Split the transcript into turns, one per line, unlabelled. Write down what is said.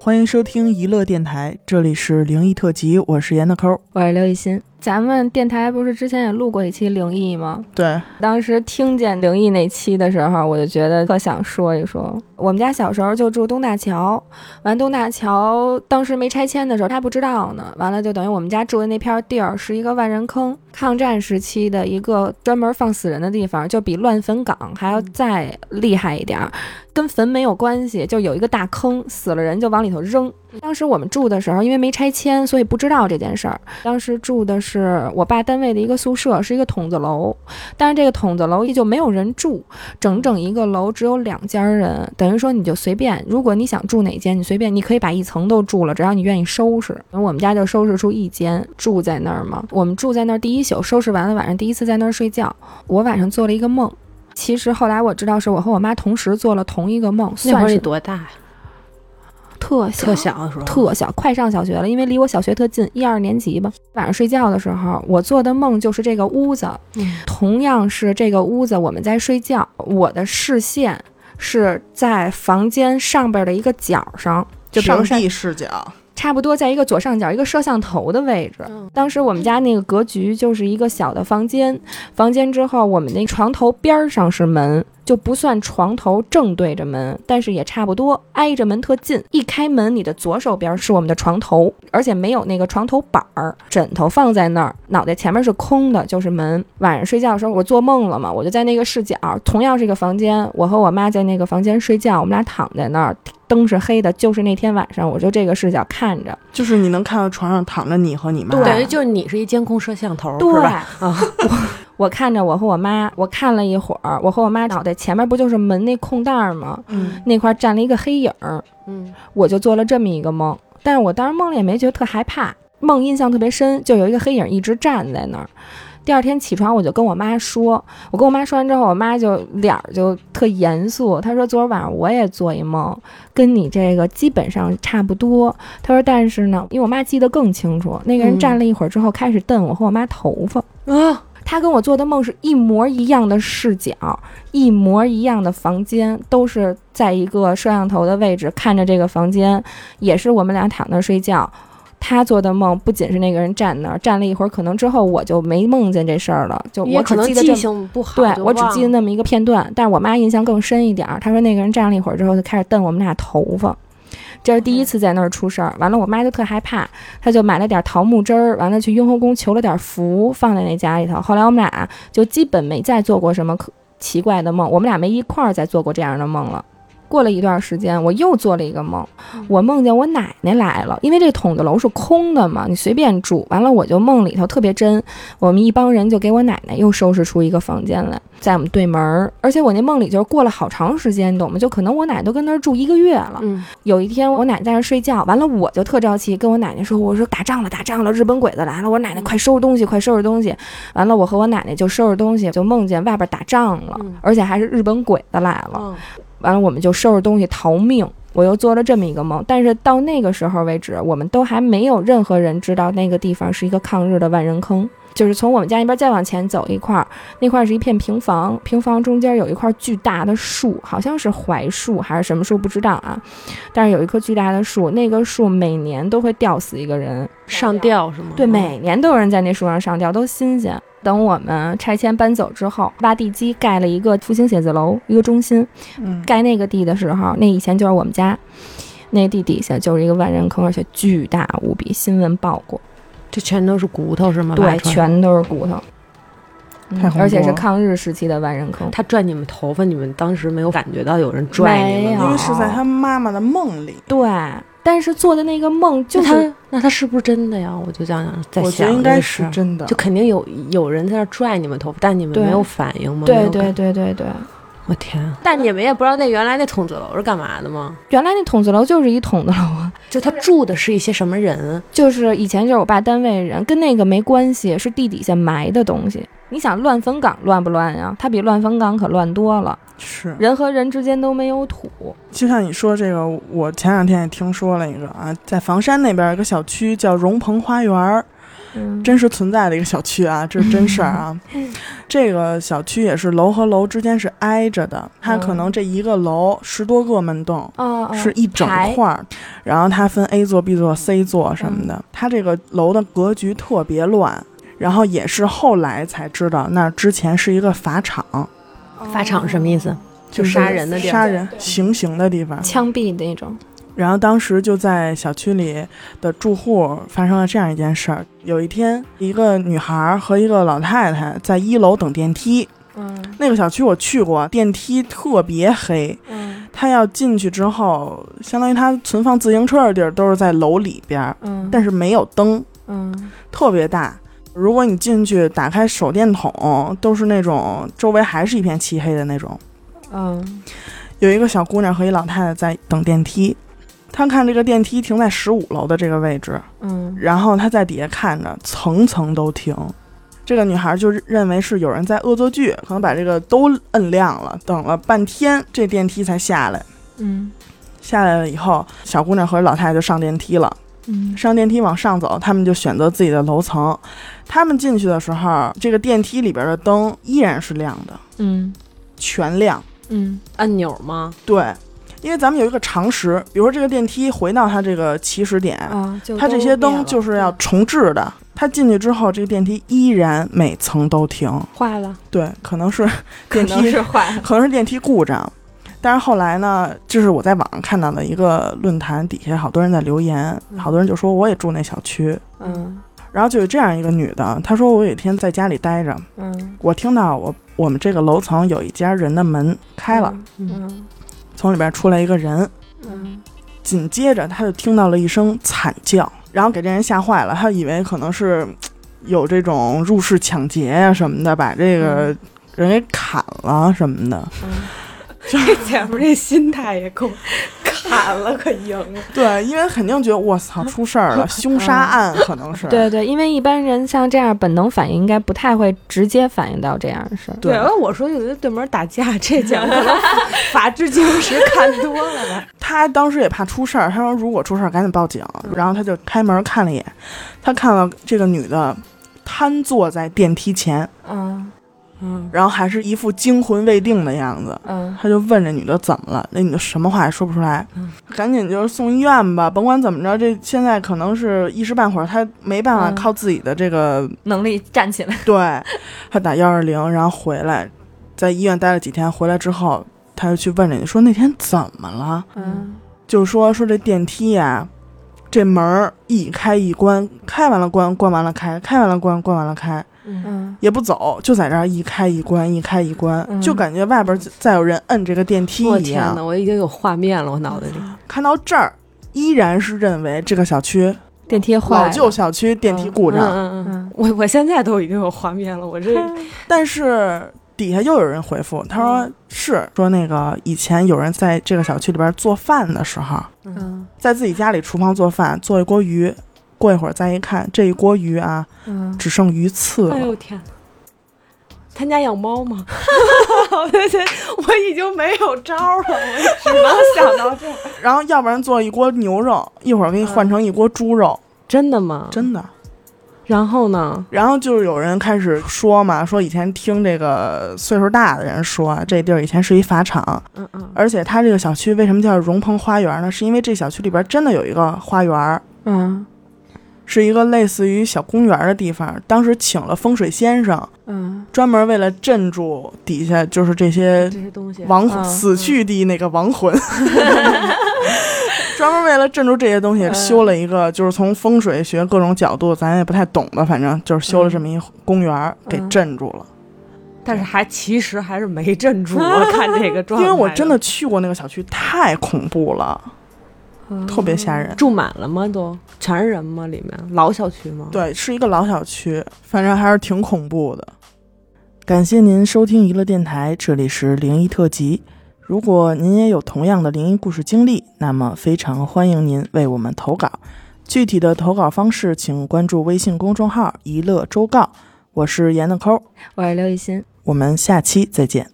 欢迎收听娱乐电台，这里是灵异特辑，我是严的抠。
我是刘雨欣。咱们电台不是之前也录过一期灵异吗？
对，
当时听见灵异那期的时候，我就觉得特想说一说。我们家小时候就住东大桥，完东大桥当时没拆迁的时候，他不知道呢。完了就等于我们家住的那片地儿是一个万人坑，抗战时期的一个专门放死人的地方，就比乱坟岗还要再厉害一点儿，跟坟没有关系，就有一个大坑，死了人就往里头扔。当时我们住的时候，因为没拆迁，所以不知道这件事儿。当时住的是我爸单位的一个宿舍，是一个筒子楼，但是这个筒子楼依旧没有人住，整整一个楼只有两家人，等于说你就随便，如果你想住哪间，你随便，你可以把一层都住了，只要你愿意收拾。我们家就收拾出一间住在那儿嘛，我们住在那儿第一宿，收拾完了晚上第一次在那儿睡觉，我晚上做了一个梦。其实后来我知道是我和我妈同时做了同一个梦，
那会
算
儿你
是
多大呀？
特
特小的时候，
特小，快上小学了，因为离我小学特近，一二年级吧。晚上睡觉的时候，我做的梦就是这个屋子，
嗯
同样是这个屋子，我们在睡觉，我的视线是在房间上边的一个角上，就比
上
如说
帝视角，
差不多在一个左上角一个摄像头的位置。当时我们家那个格局就是一个小的房间，房间之后我们那床头边儿上是门，就不算床头正对着门，但是也差不多挨着门特近。一开门，你的左手边是我们的床头，而且没有那个床头板儿，枕头放在那儿，脑袋前面是空的，就是门。晚上睡觉的时候，我做梦了嘛，我就在那个视角，同样是一个房间，我和我妈在那个房间睡觉，我们俩躺在那儿。灯是黑的，就是那天晚上，我就这个视角看着，
就是你能看到床上躺着你和你妈。
对
等于就是你是一监控摄像头，
对
是吧？啊，
我看着我和我妈，我看了一会儿，我和我妈脑袋前面不就是门那空档儿吗？
嗯，
那块儿站了一个黑影儿，
嗯，
我就做了这么一个梦。但是我当时梦里也没觉得特害怕，梦印象特别深，就有一个黑影一直站在那儿。第二天起床，我就跟我妈说，我跟我妈说完之后，我妈就脸儿就特严肃，她说昨儿晚上我也做一梦，跟你这个基本上差不多。她说但是呢，因为我妈记得更清楚，那个人
嗯
站了一会儿之后开始瞪我和我妈头发。
啊，
他跟我做的梦是一模一样的视角，一模一样的房间，都是在一个摄像头的位置看着这个房间，也是我们俩躺那儿睡觉。他做的梦不仅是那个人站那儿站了一会儿，可能之后我就没梦见这事儿了，就我
也可
只
能
记得
记
这
性不好，
对
就
我只
忘
记得
了
那么一个片段，但是我妈印象更深一点儿。她说那个人站了一会儿之后，就开始瞪我们俩头发。这是第
嗯
一次在那儿出事儿，完了我妈就特害怕，她就买了点儿桃木枝儿，完了去雍和宫求了点儿符，放在那家里头。后来我们俩就基本没再做过什么可奇怪的梦，我们俩没一块儿再做过这样的梦了。过了一段时间，我又做了一个梦，我梦见我奶奶来了，因为这筒子楼是空的嘛，你随便住。完了，我就梦里头特别真，我们一帮人就给我奶奶又收拾出一个房间来，在我们对门儿。而且我那梦里就是过了好长时间，你懂吗？就可能我奶奶都跟那儿住一个月了。
嗯，
有一天，我奶奶在那儿睡觉，完了我就特着急，跟我奶奶说：“我说打仗了，打仗了，日本鬼子来了！”我说奶奶快收拾东西，快收拾东西。完了，我和我奶奶就收拾东西，就梦见外边打仗了
嗯，
而且还是日本鬼子来了。
嗯
完了我们就收拾东西逃命。我又做了这么一个梦，但是到那个时候为止，我们都还没有任何人知道那个地方是一个抗日的万人坑。就是从我们家那边再往前走一块儿，那块儿是一片平房，平房中间有一块巨大的树，好像是槐树还是什么树，不知道啊。但是有一棵巨大的树，那个树每年都会吊死一个人，
上吊是吗？
对，
嗯
每年都有人在那树上上吊，都新鲜。等我们拆迁搬走之后，挖地基盖了一个复兴写字楼，一个中心。
嗯，
盖那个地的时候，那以前就是我们家，那地底下就是一个万人坑，而且巨大无比，新闻报过，
这全都是骨头是吗？挖
对，
出来
全都是骨头，
啊太
嗯
恐怖
而且是
了
抗日时期的万人坑。
他拽你们头发，你们当时没有感觉到有人拽你
没
们
有
因
吗？
为是在他妈妈的梦里，
对，但是做的那个梦就
那
是
他那他是不是真的呀？我就这样想在
我觉
想
得应
这
该
个
是
事，
真的
就。肯定有有人在那拽你们头发，但你们
对
没有反应吗？没
对
有感
对对对对，
我天！啊但你们也不知道那原来那筒子楼是干嘛的吗？
原来那筒子楼就是一筒子楼啊，
就他住的是一些什么人？啊
就是以前就是我爸单位人，跟那个没关系，是地底下埋的东西。你想乱坟岗乱不乱呀？它比乱坟岗可乱多了，
是，
人和人之间都没有土。
就像你说这个，我前两天也听说了一个啊，在房山那边有个小区叫荣鹏花园儿，
嗯
真实存在的一个小区啊，这是真事儿啊。 这个小区也是楼和楼之间是挨着的，它可能这一个楼十多个门洞。
哦哦
是一整
排
块儿，然后它分 A 座、B 座、C 座什么
嗯
的。它这个楼的格局特别乱，然后也是后来才知道，那儿之前是一个法场，
哦
法场什么意思？
就
就是杀人的地
杀
儿。
人行刑的地方。
枪毙的那种。
然后当时就在小区里的住户发生了这样一件事儿：有一天，一个女孩儿和一个老太太在一楼等电梯。
嗯
那个小区我去过，电梯特别黑。
嗯
她要进去之后，相当于她存放自行车的地儿都是在楼里边儿，
嗯，
但是没有灯，
嗯
特别大。如果你进去打开手电筒，都是那种周围还是一片漆黑的那种。
嗯
有一个小姑娘和一老太太在等电梯，她看这个电梯停在十五楼的这个位置，
嗯
然后她在底下看着，层层都停。这个女孩就认为是有人在恶作剧，可能把这个都摁亮了，等了半天这电梯才下来。
嗯
下来了以后，小姑娘和老太太就上电梯了。
嗯
上电梯往上走，他们就选择自己的楼层。他们进去的时候，这个电梯里边的灯依然是亮的，
嗯
全亮。
嗯
按钮吗？
对，因为咱们有一个常识，比如说这个电梯回到它这个起始点，
啊，就
它这些灯就是是要重置的。它进去之后，这个电梯依然每层都停。
坏了，
对，可能是
可
电
能
梯，
是 坏了。
可能是电梯故障。但是后来呢，这是我在网上看到的一个论坛底下，好多人在留言，好多人就说我也住那小区，
嗯
然后就有这样一个女的，她说我有一天在家里待着，
嗯，
我听到我我们这个楼层有一家人的门开了，
嗯
从里边出来一个人，
嗯
紧接着她就听到了一声惨叫，然后给这人吓坏了，她以为可能是嘖有这种入室抢劫呀、什么的，把这个人给砍了什么的。
嗯
这姐们儿这心态也够，砍了可赢了。
对，因为肯定觉得我 操出事儿了，凶杀案可能是。
对对，因为一般人像这样本能反应，应该不太会直接反应到这样的事儿。
对
然后哦我说有的对门打架，这姐们儿可能法制进行时看多了吧？
他当时也怕出事儿，他说如果出事儿赶紧报警。然后他就开门看了一眼，他看到这个女的瘫坐在电梯前，
嗯
嗯，
然后还是一副惊魂未定的样子。
嗯
他就问这女的怎么了，那女的什么话也说不出来，
嗯
赶紧就是送医院吧，甭管怎么着，这现在可能是一时半会儿她没办法
嗯
靠自己的这个，
能力站起来。
对，她打幺二零，然后回来，在医院待了几天，回来之后，她就去问人家说那天怎么了，
嗯
就说说这电梯呀、这门儿一开一关，开完了关，关完了开，开完了关，关完了开，
嗯
也不走，就在这儿一开一关，一开一关，
嗯
就感觉外边再有人摁这个电梯
我
一嗯
天哪，
样。
我已经有画面了，我脑袋里。
看到这儿，依然是认为这个小区
电梯坏
老
了。
旧小区电梯故
嗯
障，
嗯嗯，
嗯
我我现在都已经有画面了，我这
但是底下又有人回复，他说、是说那个以前有人在这个小区里边做饭的时候，
嗯
在自己家里厨房做饭，做一锅鱼，过一会儿再一看，这一锅鱼啊
嗯
只剩鱼刺了。
哎呦天哪！他家养猫吗？我这我已经没有招儿了，我只能想到这儿。
然后要不然做一锅牛肉，一会儿给你换成一锅猪肉，
真的
嗯
吗？
真的。
然后呢？
然后就是有人开始说嘛，说以前听这个岁数大的人说，这地儿以前是一法场，
嗯嗯，
而且它这个小区为什么叫荣鹏花园呢？是因为这小区里边真的有一个花园，
嗯
是一个类似于小公园的地方。当时请了风水先生，
嗯
专门为了镇住底下就是这些
这些东西。
亡
嗯
死去地那个亡 魂，专门为了镇住这些东西，
嗯
修了一个，就是从风水学各种角度，咱也不太懂吧，反正就是修了这么一公园儿给
嗯
镇住了。
但是还其实还是没镇住，我看这个状
因
态，
为我真的去过那个小区，太恐怖了，
嗯，
特别吓人。
住满了吗？都全是人吗？里面老小区吗？，
对，是一个老小区，反正还是挺恐怖的。感谢您收听娱乐电台，这里是灵异特辑。如果您也有同样的灵异故事经历，那么非常欢迎您为我们投稿。具体的投稿方式，请关注微信公众号“一乐周告”。我是严的抠儿，
我是刘雨欣。
我们下期再见。